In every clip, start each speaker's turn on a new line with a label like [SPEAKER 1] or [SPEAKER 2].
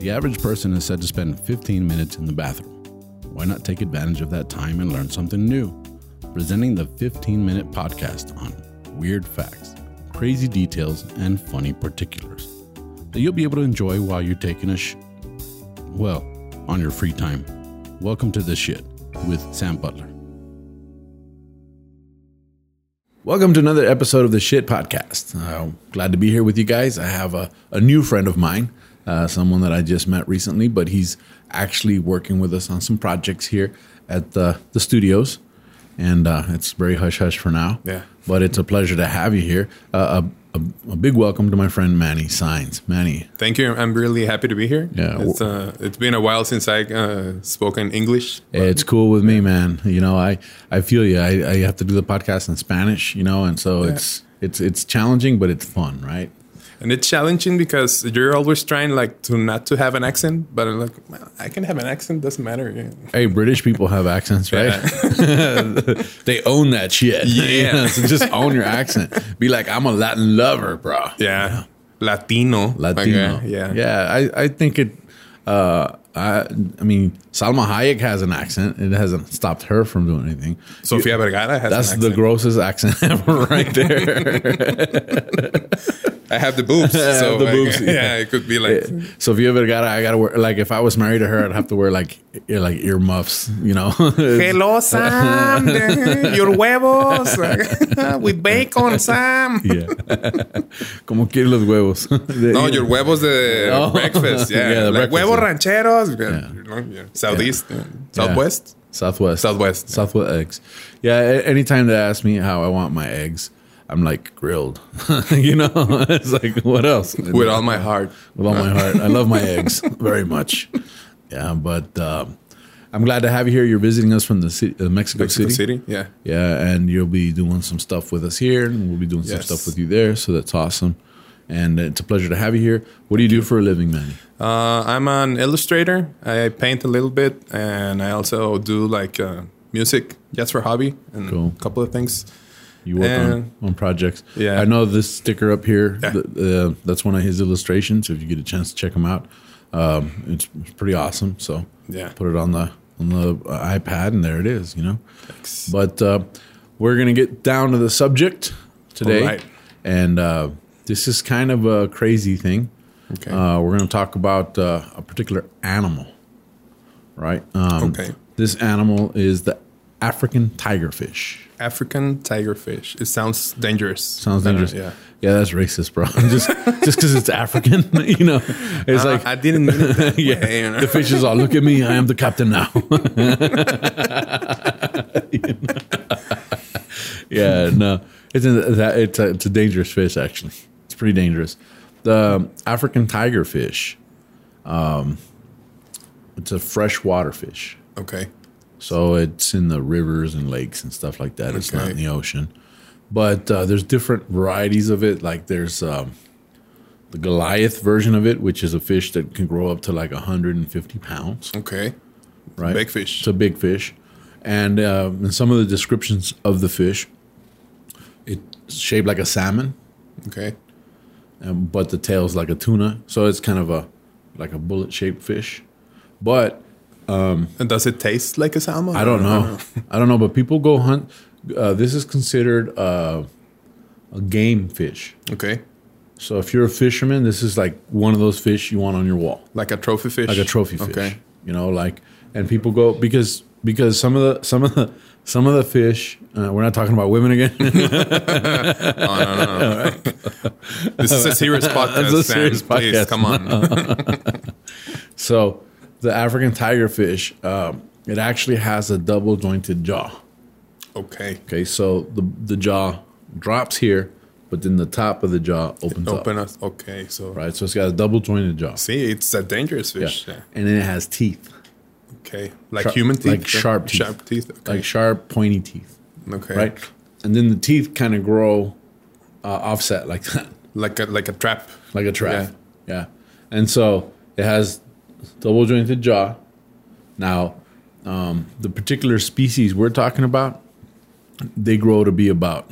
[SPEAKER 1] The average person is said to spend 15 minutes in the bathroom. Why not take advantage of that time and learn something new? Presenting the 15 minute podcast on weird facts, crazy details, and funny particulars that you'll be able to enjoy while you're taking a sh. Well, on your free time. Welcome to The Shit with Sam Butler. Welcome to another episode of the Shit Podcast. Uh, glad to be here with you guys. I have a, a new friend of mine, uh, someone that I just met recently, but he's actually working with us on some projects here at the, the studios. And uh, it's very hush hush for now.
[SPEAKER 2] Yeah.
[SPEAKER 1] But it's a pleasure to have you here. Uh, a, a, a big welcome to my friend Manny Signs. Manny,
[SPEAKER 2] Thank you. I'm really happy to be here.
[SPEAKER 1] Yeah.
[SPEAKER 2] it's uh, it's been a while since I uh, spoken English.
[SPEAKER 1] It's cool with me, man. You know, I I feel you. I, I have to do the podcast in Spanish, you know, and so it's it's it's challenging, but it's fun, right?
[SPEAKER 2] and it's challenging because you're always trying like to not to have an accent, but I'm like well, I can have an accent, doesn't matter. Yeah.
[SPEAKER 1] Hey, British people have accents, right? they own that shit. You
[SPEAKER 2] Yeah.
[SPEAKER 1] know, so just own your accent. Be like, I'm a Latin lover, bro.
[SPEAKER 2] Yeah. Latino,
[SPEAKER 1] Latino.
[SPEAKER 2] Like, uh, yeah,
[SPEAKER 1] yeah. I I think it. Uh, I I mean, Salma Hayek has an accent. It hasn't stopped her from doing anything.
[SPEAKER 2] Sofia Vergara has.
[SPEAKER 1] That's
[SPEAKER 2] an
[SPEAKER 1] the
[SPEAKER 2] accent.
[SPEAKER 1] grossest accent ever, right there.
[SPEAKER 2] I have the boobs. so
[SPEAKER 1] the
[SPEAKER 2] like,
[SPEAKER 1] boobs,
[SPEAKER 2] Yeah.
[SPEAKER 1] yeah.
[SPEAKER 2] it could be like
[SPEAKER 1] Sofia Vergara, I gotta wear like if I was married to her, I'd have to wear like ear, like earmuffs, you know.
[SPEAKER 2] Hello, Sam. Your huevos like, with bacon, Sam.
[SPEAKER 1] yeah. Como quiere los huevos.
[SPEAKER 2] No, your huevos de
[SPEAKER 1] Oh.
[SPEAKER 2] breakfast. Yeah,
[SPEAKER 1] Yeah, the
[SPEAKER 2] like
[SPEAKER 1] breakfast,
[SPEAKER 2] huevos
[SPEAKER 1] yeah.
[SPEAKER 2] rancheros. you know, yeah. Southeast, yeah. southwest.
[SPEAKER 1] Southwest.
[SPEAKER 2] Southwest.
[SPEAKER 1] Southwest eggs. Yeah, a- anytime they ask me how I want my eggs, I'm like grilled. you know? it's like what else?
[SPEAKER 2] With all my heart.
[SPEAKER 1] with all my heart. I love my eggs very much. Yeah, but um, I'm glad to have you here. You're visiting us from the city, uh, Mexico,
[SPEAKER 2] Mexico
[SPEAKER 1] City.
[SPEAKER 2] City. Yeah.
[SPEAKER 1] Yeah, and you'll be doing some stuff with us here, and we'll be doing
[SPEAKER 2] Yes.
[SPEAKER 1] some stuff with you there. So that's awesome, and it's a pleasure to have you here. What do you do for a living, man?
[SPEAKER 2] Uh, I'm an illustrator. I paint a little bit, and I also do like uh, music just for hobby and
[SPEAKER 1] Cool.
[SPEAKER 2] a couple of things.
[SPEAKER 1] You work on,
[SPEAKER 2] Um,
[SPEAKER 1] on projects.
[SPEAKER 2] yeah.
[SPEAKER 1] I know this sticker up here.
[SPEAKER 2] Yeah.
[SPEAKER 1] th- uh, that's one of his illustrations. If you get a chance to check them out, um, it's, it's pretty awesome. So
[SPEAKER 2] Yeah.
[SPEAKER 1] put it on the on the uh, iPad, and there it is. You know, but uh, we're gonna get down to the subject today,
[SPEAKER 2] All right.
[SPEAKER 1] and uh, this is kind of a crazy thing.
[SPEAKER 2] Okay.
[SPEAKER 1] Uh, we're going to talk about uh, a particular animal, right? Um,
[SPEAKER 2] Okay.
[SPEAKER 1] This animal is the African tigerfish.
[SPEAKER 2] African tigerfish. It sounds dangerous.
[SPEAKER 1] Sounds
[SPEAKER 2] I don't know,
[SPEAKER 1] dangerous.
[SPEAKER 2] Yeah.
[SPEAKER 1] Yeah, that's racist, bro. just just because it's African, you know, it's
[SPEAKER 2] Uh,
[SPEAKER 1] like
[SPEAKER 2] I didn't mean it. That
[SPEAKER 1] yeah,
[SPEAKER 2] way, you know?
[SPEAKER 1] the fish is all look at me. I am the captain now. yeah, no, it's a, that it's a, it's a dangerous fish. Actually, it's pretty dangerous. The um, African tiger fish, um, it's a freshwater fish,
[SPEAKER 2] Okay.
[SPEAKER 1] so it's in the rivers and lakes and stuff like that. It's not
[SPEAKER 2] Okay.
[SPEAKER 1] in the ocean, but uh, there's different varieties of it. Like there's um, the Goliath version of it, which is a fish that can grow up to like 150 pounds
[SPEAKER 2] Okay.
[SPEAKER 1] right?
[SPEAKER 2] Big fish.
[SPEAKER 1] It's a big fish, and, uh, and some of the descriptions of the fish, it's shaped like a salmon,
[SPEAKER 2] Okay.
[SPEAKER 1] um, but the tail's like a tuna, so it's kind of a like a bullet shaped fish. But
[SPEAKER 2] And does it taste like a salmon?
[SPEAKER 1] I don't know,
[SPEAKER 2] Uh-huh.
[SPEAKER 1] I don't know. But people go hunt. Uh, this is considered uh, a game fish.
[SPEAKER 2] Okay.
[SPEAKER 1] So if you're a fisherman, this is like one of those fish you want on your wall.
[SPEAKER 2] Like a trophy fish.
[SPEAKER 1] like a trophy fish.
[SPEAKER 2] Okay.
[SPEAKER 1] You know, like and people go because because some of the some of the some of the fish. Uh, we're not talking about women again.
[SPEAKER 2] This is a serious podcast.
[SPEAKER 1] This is a
[SPEAKER 2] Sam.
[SPEAKER 1] serious podcast.
[SPEAKER 2] Please come on.
[SPEAKER 1] so the African tiger fish, um, it actually has a double jointed jaw.
[SPEAKER 2] Okay.
[SPEAKER 1] Okay, so the the jaw drops here, but then the top of the jaw opens up.
[SPEAKER 2] Open us. Okay. So
[SPEAKER 1] Right, so it's got a double jointed jaw.
[SPEAKER 2] see, it's a dangerous fish.
[SPEAKER 1] Yeah.
[SPEAKER 2] Yeah.
[SPEAKER 1] And then it has teeth,
[SPEAKER 2] Okay. Like
[SPEAKER 1] Sharp-
[SPEAKER 2] human teeth.
[SPEAKER 1] like sharp teeth.
[SPEAKER 2] Sharp teeth. Okay.
[SPEAKER 1] like sharp, pointy teeth.
[SPEAKER 2] okay.
[SPEAKER 1] Right, and then the teeth kind of grow uh, offset like that.
[SPEAKER 2] Like a like a trap.
[SPEAKER 1] like a trap. Yeah. And so it has double jointed jaw. Now, um, the particular species we're talking about, they uh, grow to be about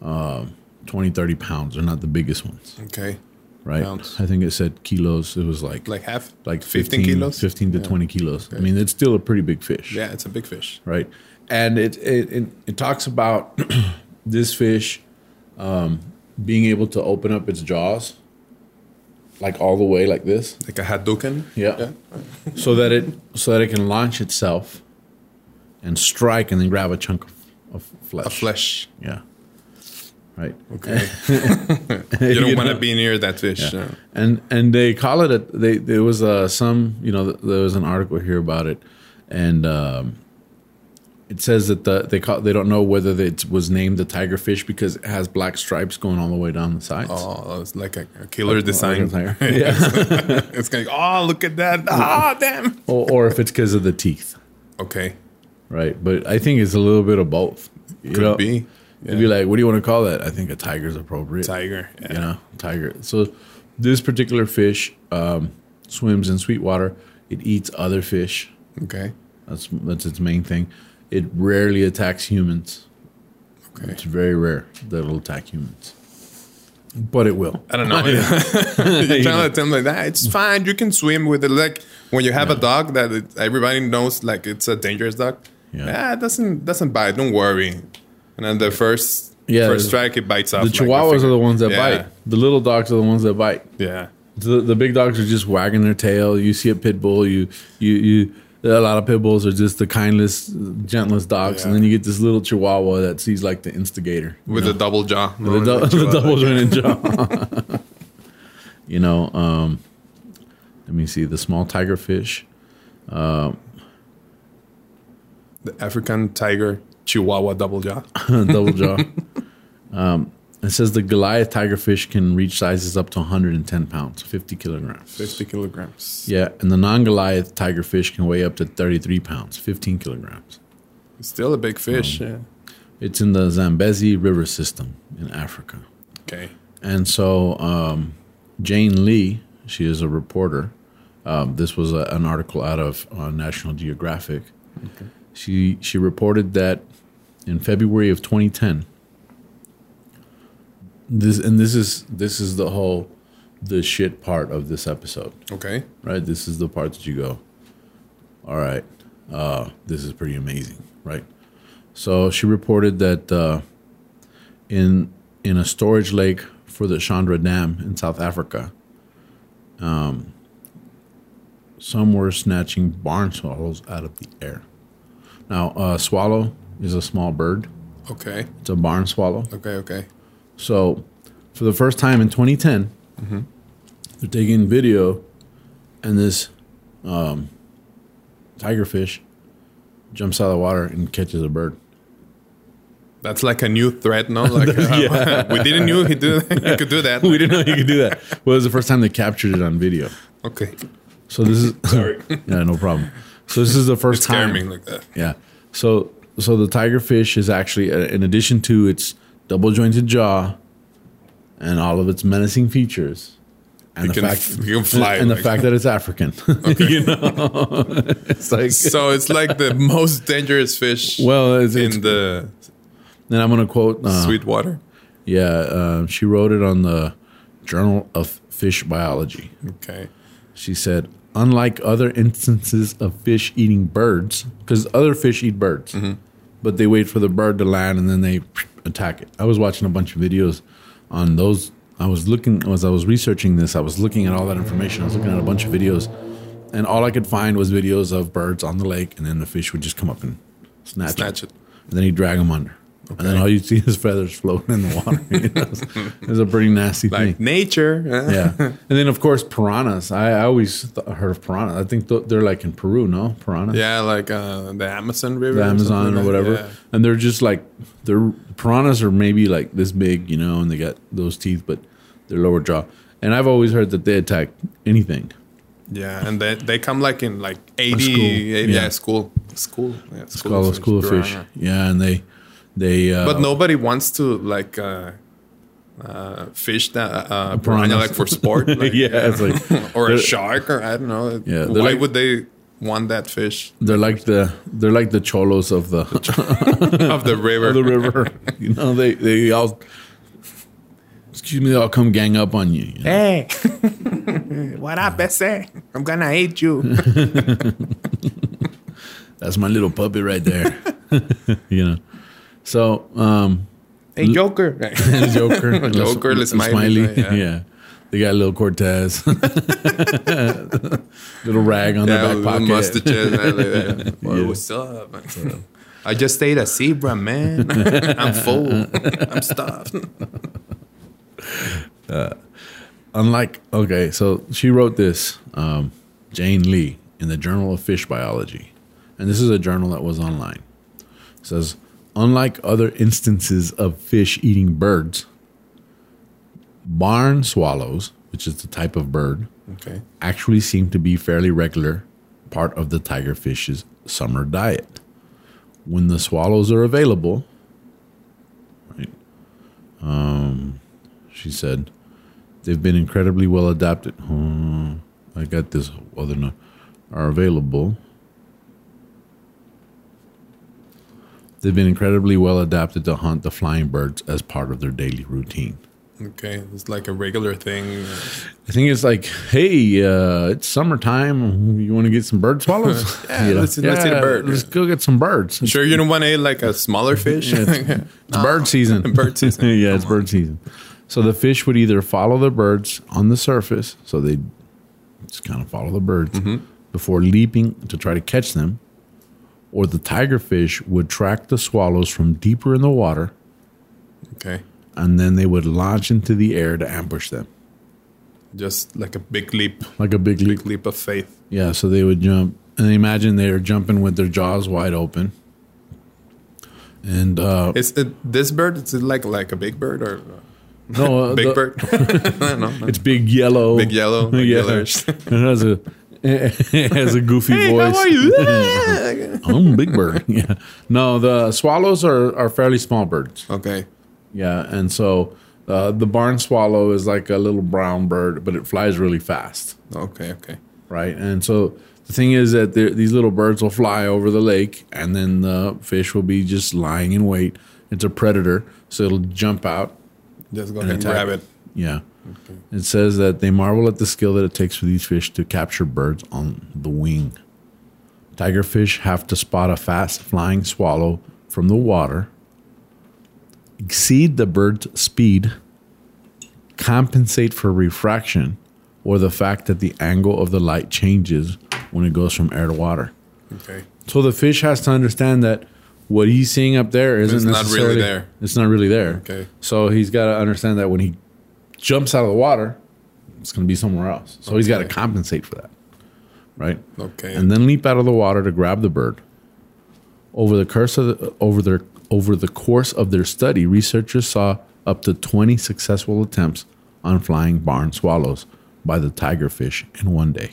[SPEAKER 1] um 20, 30 pounds. They're not the biggest ones.
[SPEAKER 2] Okay.
[SPEAKER 1] right?
[SPEAKER 2] Pounds.
[SPEAKER 1] I think it said kilos. It was like
[SPEAKER 2] like half,
[SPEAKER 1] like
[SPEAKER 2] 15 kilos.
[SPEAKER 1] 15 to 20 kilos. I mean, it's still a pretty big fish.
[SPEAKER 2] Yeah, it's a big fish.
[SPEAKER 1] right? And it it, it, it talks about this fish um, being able to open up its jaws like all the way like this,
[SPEAKER 2] Like a hadouken.
[SPEAKER 1] yeah, so that it so that it can launch itself and strike and then grab a chunk of, of flesh.
[SPEAKER 2] A flesh.
[SPEAKER 1] yeah, right.
[SPEAKER 2] Okay. you don't want to be near that fish. no.
[SPEAKER 1] and and they call it a they there was uh some you know th- there was an article here about it and um it says that the they call they don't know whether it was named the tiger fish because it has black stripes going all the way down the sides
[SPEAKER 2] Oh, it's like a, a killer design.
[SPEAKER 1] tiger. yeah.
[SPEAKER 2] it's going, oh, look at that. Ah, damn.
[SPEAKER 1] or, or if it's because of the teeth
[SPEAKER 2] Okay.
[SPEAKER 1] right but i think it's a little bit of both you
[SPEAKER 2] Could
[SPEAKER 1] know?
[SPEAKER 2] be.
[SPEAKER 1] It'd be like what do you want to call that i think a tiger's appropriate
[SPEAKER 2] Tiger. Yeah.
[SPEAKER 1] you know, tiger. So this particular fish um, swims in sweet water. It eats other fish.
[SPEAKER 2] Okay.
[SPEAKER 1] That's that's its main thing. It rarely attacks humans.
[SPEAKER 2] Okay.
[SPEAKER 1] It's very rare that it'll attack humans, but it will.
[SPEAKER 2] I don't know. You're trying to tell them like that. It's fine. You can swim with it. Like when you have a dog that it, everybody knows, like it's a dangerous dog.
[SPEAKER 1] Yeah.
[SPEAKER 2] Ah, it doesn't doesn't bite. Don't worry. And then the first
[SPEAKER 1] Yeah,
[SPEAKER 2] first
[SPEAKER 1] the-
[SPEAKER 2] strike, it bites off.
[SPEAKER 1] The
[SPEAKER 2] like,
[SPEAKER 1] chihuahuas
[SPEAKER 2] finger.
[SPEAKER 1] are the ones that
[SPEAKER 2] Yeah.
[SPEAKER 1] bite. The little dogs are the ones that bite.
[SPEAKER 2] Yeah.
[SPEAKER 1] The, the big dogs are just wagging their tail. You see a pit bull, you you you. A lot of pit bulls are just the kindest, gentlest dogs, and
[SPEAKER 2] Yeah.
[SPEAKER 1] then you get this little chihuahua that sees like the instigator.
[SPEAKER 2] With the double jaw.
[SPEAKER 1] the, dou- the double jointed jaw. you know, um, let me see the small tiger fish.
[SPEAKER 2] The African tiger chihuahua double jaw.
[SPEAKER 1] double jaw. Um, it says the Goliath tiger fish can reach sizes up to 110 pounds, 50 kilograms.
[SPEAKER 2] 50 kilograms.
[SPEAKER 1] Yeah, and the non-Goliath tiger fish can weigh up to 33 pounds, 15 kilograms.
[SPEAKER 2] It's still a big fish. yeah.
[SPEAKER 1] It's in the Zambezi River system in Africa.
[SPEAKER 2] Okay.
[SPEAKER 1] And so um, Jane Lee, she is a reporter. Um, this was a, an article out of uh, National Geographic. She she reported that in February of 2010. This and this is this is the whole the shit part of this episode,
[SPEAKER 2] Okay.
[SPEAKER 1] right? This is the part that you go, all right, uh, this is pretty amazing, right? So she reported that uh, in in a storage lake for the Chandra Dam in South Africa, um, some were snatching barn swallows out of the air. Now, a swallow is a small bird.
[SPEAKER 2] Okay.
[SPEAKER 1] It's a barn swallow.
[SPEAKER 2] Okay. Okay.
[SPEAKER 1] So, for the first time in 2010, Mm-hmm. they're taking video, and this um, tiger fish jumps out of the water and catches a bird.
[SPEAKER 2] That's like a new threat, no? Like we didn't knew he, do, he could do that.
[SPEAKER 1] we didn't know you could do that. Well, it was the first time they captured it on video.
[SPEAKER 2] Okay.
[SPEAKER 1] So this is sorry. yeah, no problem. So this is the first
[SPEAKER 2] Scare
[SPEAKER 1] time.
[SPEAKER 2] me like that.
[SPEAKER 1] Yeah. So so the tiger fish is actually, uh, in addition to its double jointed jaw, and all of its menacing features, and the
[SPEAKER 2] can
[SPEAKER 1] fact
[SPEAKER 2] f- you can fly,
[SPEAKER 1] and, and the
[SPEAKER 2] like-
[SPEAKER 1] fact that it's African. you know, it's like
[SPEAKER 2] So it's like the most dangerous fish
[SPEAKER 1] well, it's, it's,
[SPEAKER 2] in the
[SPEAKER 1] and I'm gonna quote. Uh,
[SPEAKER 2] Sweetwater.
[SPEAKER 1] Yeah, uh, she wrote it on the Journal of Fish Biology.
[SPEAKER 2] Okay.
[SPEAKER 1] She said, unlike other instances of fish eating birds, because other fish eat birds,
[SPEAKER 2] Mm-hmm.
[SPEAKER 1] but they wait for the bird to land and then they attack it. I was watching a bunch of videos on those. I was looking, as I was researching this, I was looking at all that information. I was looking at a bunch of videos, and all I could find was videos of birds on the lake, and then the fish would just come up and snatch,
[SPEAKER 2] Snatch it.
[SPEAKER 1] And then he'd drag them under. And then all you'd see is feathers floating in the water. you know? It was a pretty nasty thing
[SPEAKER 2] Like nature. huh?
[SPEAKER 1] yeah. And then of course piranhas. I, I always th- heard of piranhas. I think th- they're like in Peru, no? Piranhas.
[SPEAKER 2] Yeah, like uh, the Amazon River.
[SPEAKER 1] The
[SPEAKER 2] or something
[SPEAKER 1] Amazon or
[SPEAKER 2] like-
[SPEAKER 1] whatever.
[SPEAKER 2] yeah.
[SPEAKER 1] And they're just like they're piranhas are maybe like this big, you know, and they got those teeth but their lower jaw. And I've always heard that they attack anything.
[SPEAKER 2] Yeah. And they, they come like in like 80,
[SPEAKER 1] school,
[SPEAKER 2] 80 yeah.
[SPEAKER 1] yeah.
[SPEAKER 2] school. School. Yeah, school
[SPEAKER 1] Call a school of fish.
[SPEAKER 2] piranha.
[SPEAKER 1] Yeah, and they they uh,
[SPEAKER 2] But nobody wants to like uh, uh, fish that uh, uh, piranha
[SPEAKER 1] piranhas.
[SPEAKER 2] like for sport. like,
[SPEAKER 1] yeah, it's like
[SPEAKER 2] or a
[SPEAKER 1] They're-
[SPEAKER 2] shark or I don't know.
[SPEAKER 1] Yeah, they're
[SPEAKER 2] Why
[SPEAKER 1] like-
[SPEAKER 2] would they want that fish
[SPEAKER 1] they're like the they're like the cholos of the
[SPEAKER 2] of the river?
[SPEAKER 1] of the river. you know, they they all She's gonna all come gang up on you. you know?
[SPEAKER 2] Hey, what up, ese? I'm gonna eat you.
[SPEAKER 1] That's my little puppy right there. you know. So um
[SPEAKER 2] Hey, Joker.
[SPEAKER 1] and Joker. and the-
[SPEAKER 2] Joker,
[SPEAKER 1] the
[SPEAKER 2] the smiley,
[SPEAKER 1] Yeah.
[SPEAKER 2] yeah.
[SPEAKER 1] They got a little Cortez. little rag on
[SPEAKER 2] Yeah,
[SPEAKER 1] their
[SPEAKER 2] with
[SPEAKER 1] back pocket.
[SPEAKER 2] mustaches. and everything. Well,
[SPEAKER 1] Yeah.
[SPEAKER 2] What's up? I just ate a zebra, man. I'm full. I'm stuffed.
[SPEAKER 1] Unlike okay, so she wrote this, um, Jane Lee, in the Journal of Fish Biology. And this is a journal that was online. It says, unlike other instances of fish eating birds, barn swallows, which is the type of bird,
[SPEAKER 2] Okay.
[SPEAKER 1] actually seem to be fairly regular part of the tiger fish's summer diet. When the swallows are available, right? Um, she said they've been incredibly well adapted. Hmm, I got this other note. Are available. They've been incredibly well adapted to hunt the flying birds as part of their daily routine.
[SPEAKER 2] Okay. It's like a regular thing.
[SPEAKER 1] I think it's like, hey, uh, it's summertime. You want to get some bird swallows?
[SPEAKER 2] Yeah, let's- let's eat a bird.
[SPEAKER 1] Let's go get some birds. It's,
[SPEAKER 2] Sure, you don't want to eat like a smaller fish.
[SPEAKER 1] it's bird season.
[SPEAKER 2] Bird season.
[SPEAKER 1] yeah, it's bird season. So the fish would either follow the birds on the surface, so they just kind of follow the birds
[SPEAKER 2] Mm-hmm.
[SPEAKER 1] before leaping to try to catch them, or the tiger fish would track the swallows from deeper in the water,
[SPEAKER 2] Okay.
[SPEAKER 1] and then they would launch into the air to ambush them,
[SPEAKER 2] Just like a big leap,
[SPEAKER 1] like a big leap.
[SPEAKER 2] big leap of faith.
[SPEAKER 1] Yeah, so they would jump, and imagine they're jumping with their jaws wide open. And uh,
[SPEAKER 2] Is it, this bird? Is it like like a big bird or
[SPEAKER 1] no, uh, the-
[SPEAKER 2] big bird? I don't know.
[SPEAKER 1] It's big yellow.
[SPEAKER 2] Big yellow, like
[SPEAKER 1] yeah,
[SPEAKER 2] yellowish.
[SPEAKER 1] it has a it has a goofy
[SPEAKER 2] Hey,
[SPEAKER 1] voice.
[SPEAKER 2] how are you?
[SPEAKER 1] I'm a big bird. Yeah. No, the swallows are are fairly small birds.
[SPEAKER 2] okay.
[SPEAKER 1] Yeah, and so uh, the barn swallow is like a little brown bird, but it flies really fast.
[SPEAKER 2] Okay. Okay.
[SPEAKER 1] right? And so the thing is that there- these little birds will fly over the lake, and then the fish will be just lying in wait. It's a predator, so it'll jump out.
[SPEAKER 2] Just go ahead and
[SPEAKER 1] attack.
[SPEAKER 2] grab it.
[SPEAKER 1] Yeah. It says that they marvel at the skill that it takes for these fish to capture birds on the wing. Tiger fish have to spot a fast flying swallow from the water, exceed the bird's speed, compensate for refraction, or the fact that the angle of the light changes when it goes from air to water.
[SPEAKER 2] Okay.
[SPEAKER 1] So the fish has to understand that what he's seeing up there isn't
[SPEAKER 2] It's not
[SPEAKER 1] necessarily
[SPEAKER 2] really there.
[SPEAKER 1] It's not really there.
[SPEAKER 2] Okay.
[SPEAKER 1] So he's got to understand that when he jumps out of the water, it's going to be somewhere else. So he's got to
[SPEAKER 2] Okay.
[SPEAKER 1] compensate for that, right?
[SPEAKER 2] Okay.
[SPEAKER 1] And then leap out of the water to grab the bird. Over the course of the, over their over the course of their study, researchers saw up to 20 successful attempts on flying barn swallows by the tigerfish in one day.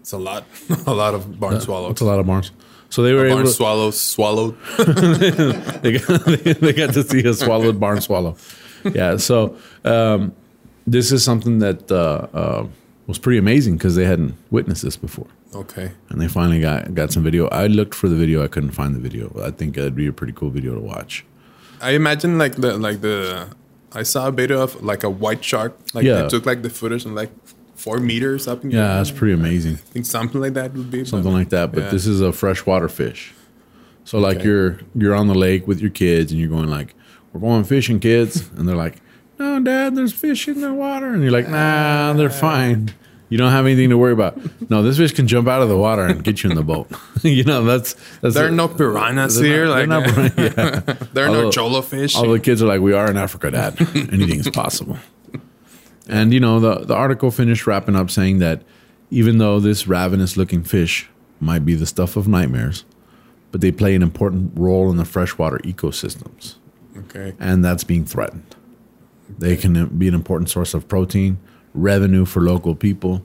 [SPEAKER 2] it's a lot. A lot of barn swallows.
[SPEAKER 1] That's a lot of barns. So they were able
[SPEAKER 2] Barn
[SPEAKER 1] to,
[SPEAKER 2] swallows swallowed.
[SPEAKER 1] they, got, they got to see a swallowed barn swallow. Yeah. So um, this is something that uh, uh, was pretty amazing because they hadn't witnessed this before,
[SPEAKER 2] Okay.
[SPEAKER 1] and they finally got got some video. I looked for the video, I couldn't find the video. I think it'd be a pretty cool video to watch.
[SPEAKER 2] I imagine like the like the I saw a video of like a white shark. Like
[SPEAKER 1] Yeah.
[SPEAKER 2] they took like the footage and like four meters up in the
[SPEAKER 1] Yeah,
[SPEAKER 2] air.
[SPEAKER 1] that's pretty amazing.
[SPEAKER 2] I think something like that would be
[SPEAKER 1] something like that. But
[SPEAKER 2] Yeah.
[SPEAKER 1] this is a freshwater fish. So like
[SPEAKER 2] Okay.
[SPEAKER 1] you're you're on the lake with your kids and you're going like, We're going fishing, kids and they're like, No, Dad, there's fish in the water and you're like, Nah, they're
[SPEAKER 2] Ah.
[SPEAKER 1] fine. You don't have anything to worry about. No, this fish can jump out of the water and get you in the boat. you know, that's that's
[SPEAKER 2] There are no piranhas
[SPEAKER 1] they're
[SPEAKER 2] here.
[SPEAKER 1] not-
[SPEAKER 2] like
[SPEAKER 1] they're not- yeah.
[SPEAKER 2] there are
[SPEAKER 1] Although-
[SPEAKER 2] no cholo fish.
[SPEAKER 1] All the kids are like, we are in Africa, Dad. Anything's possible. And you know, the the article finished wrapping up saying that even though this ravenous looking fish might be the stuff of nightmares, but they play an important role in the freshwater ecosystems,
[SPEAKER 2] okay.
[SPEAKER 1] and that's being threatened. They can be an important source of protein, revenue for local people,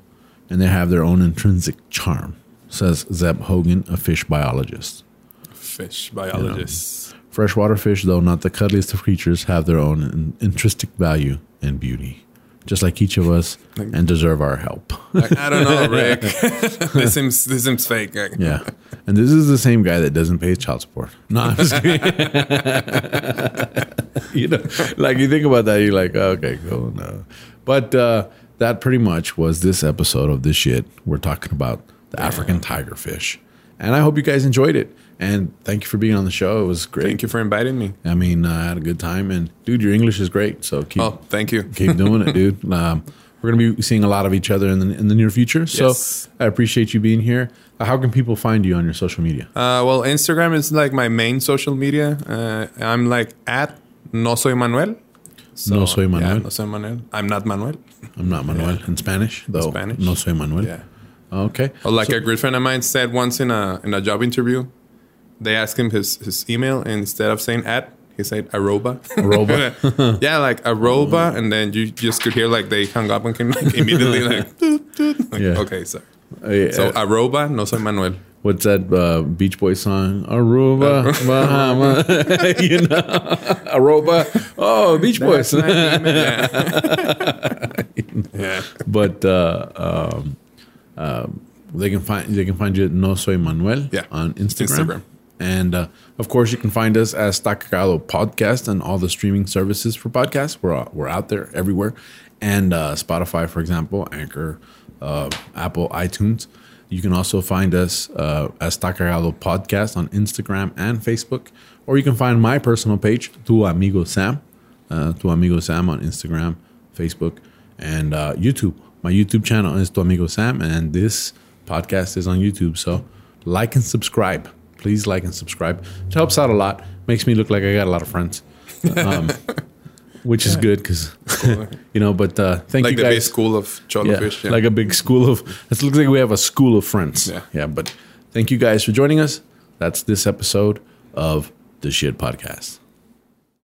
[SPEAKER 1] and they have their own intrinsic charm, says Zeb Hogan, a fish biologist.
[SPEAKER 2] Fish biologists.
[SPEAKER 1] Freshwater fish, though not the cuddliest of creatures, have their own in- intrinsic value and beauty. just like each of us, and deserve our help.
[SPEAKER 2] Like, I don't know, Rick. this seems this seems fake. Like,
[SPEAKER 1] yeah. And this is the same guy that doesn't pay his child support. No, I'm just kidding. you know, like you think about that, you're like, "Oh, okay, cool, no. But uh, that pretty much was this episode of this shit. We're talking about the African tiger fish, and I hope you guys enjoyed it. And thank you for being on the show. It was great.
[SPEAKER 2] Thank you for inviting me.
[SPEAKER 1] I mean, uh, I had a good time, and dude, your English is great. So keep
[SPEAKER 2] Oh, thank you.
[SPEAKER 1] keep doing it, dude. Um, we're gonna be seeing a lot of each other in the in the near future. So
[SPEAKER 2] Yes.
[SPEAKER 1] I appreciate you being here. Uh, How can people find you on your social media?
[SPEAKER 2] Uh, well, Instagram is like my main social media. Uh, I'm like at no soy Manuel. So,
[SPEAKER 1] No soy Manuel.
[SPEAKER 2] Yeah, no soy Manuel. I'm not Manuel.
[SPEAKER 1] I'm not Manuel in Spanish, though.
[SPEAKER 2] Spanish?
[SPEAKER 1] No soy Manuel.
[SPEAKER 2] Yeah.
[SPEAKER 1] Okay.
[SPEAKER 2] Or like a good friend of mine said once in a in a job interview, they asked him his, his email and instead of saying at, he said aroba.
[SPEAKER 1] Aroba.
[SPEAKER 2] yeah, like
[SPEAKER 1] Oh.
[SPEAKER 2] aroba, and then you just could hear like they hung up and came like immediately like, "Toot, toot." Like,
[SPEAKER 1] Yeah.
[SPEAKER 2] okay, sorry.
[SPEAKER 1] Hey,
[SPEAKER 2] So
[SPEAKER 1] uh,
[SPEAKER 2] aroba, no soy Manuel.
[SPEAKER 1] what's that uh, Beach Boy song? Aruba, Bahama. you know, Aruba. Oh, Beach Boys.
[SPEAKER 2] Yeah.
[SPEAKER 1] but uh, um, uh, they can find they can find you at No Soy Manuel
[SPEAKER 2] Yeah.
[SPEAKER 1] on Instagram.
[SPEAKER 2] Instagram.
[SPEAKER 1] And uh, of course, you can find us as Takakalo Podcast and all the streaming services for podcasts. We're uh, we're out there everywhere, and uh, Spotify, for example, Anchor, uh, Apple, iTunes. You can also find us uh, as Takagalo Podcast on Instagram and Facebook, or you can find my personal page, Tu Amigo Sam, uh, Tu Amigo Sam on Instagram, Facebook, and uh, YouTube. My YouTube channel is Tu Amigo Sam, and this podcast is on YouTube. So like and subscribe. Please like and subscribe. It helps out a lot. Makes me look like I got a lot of friends, um, which is good because you know. But uh, thank
[SPEAKER 2] Like
[SPEAKER 1] you
[SPEAKER 2] the
[SPEAKER 1] guys
[SPEAKER 2] base school of Cholo
[SPEAKER 1] yeah,
[SPEAKER 2] fish. Yeah.
[SPEAKER 1] like a big school of. It looks like we have a school of friends.
[SPEAKER 2] Yeah.
[SPEAKER 1] yeah. But thank you guys for joining us. That's this episode of the Shit Podcast.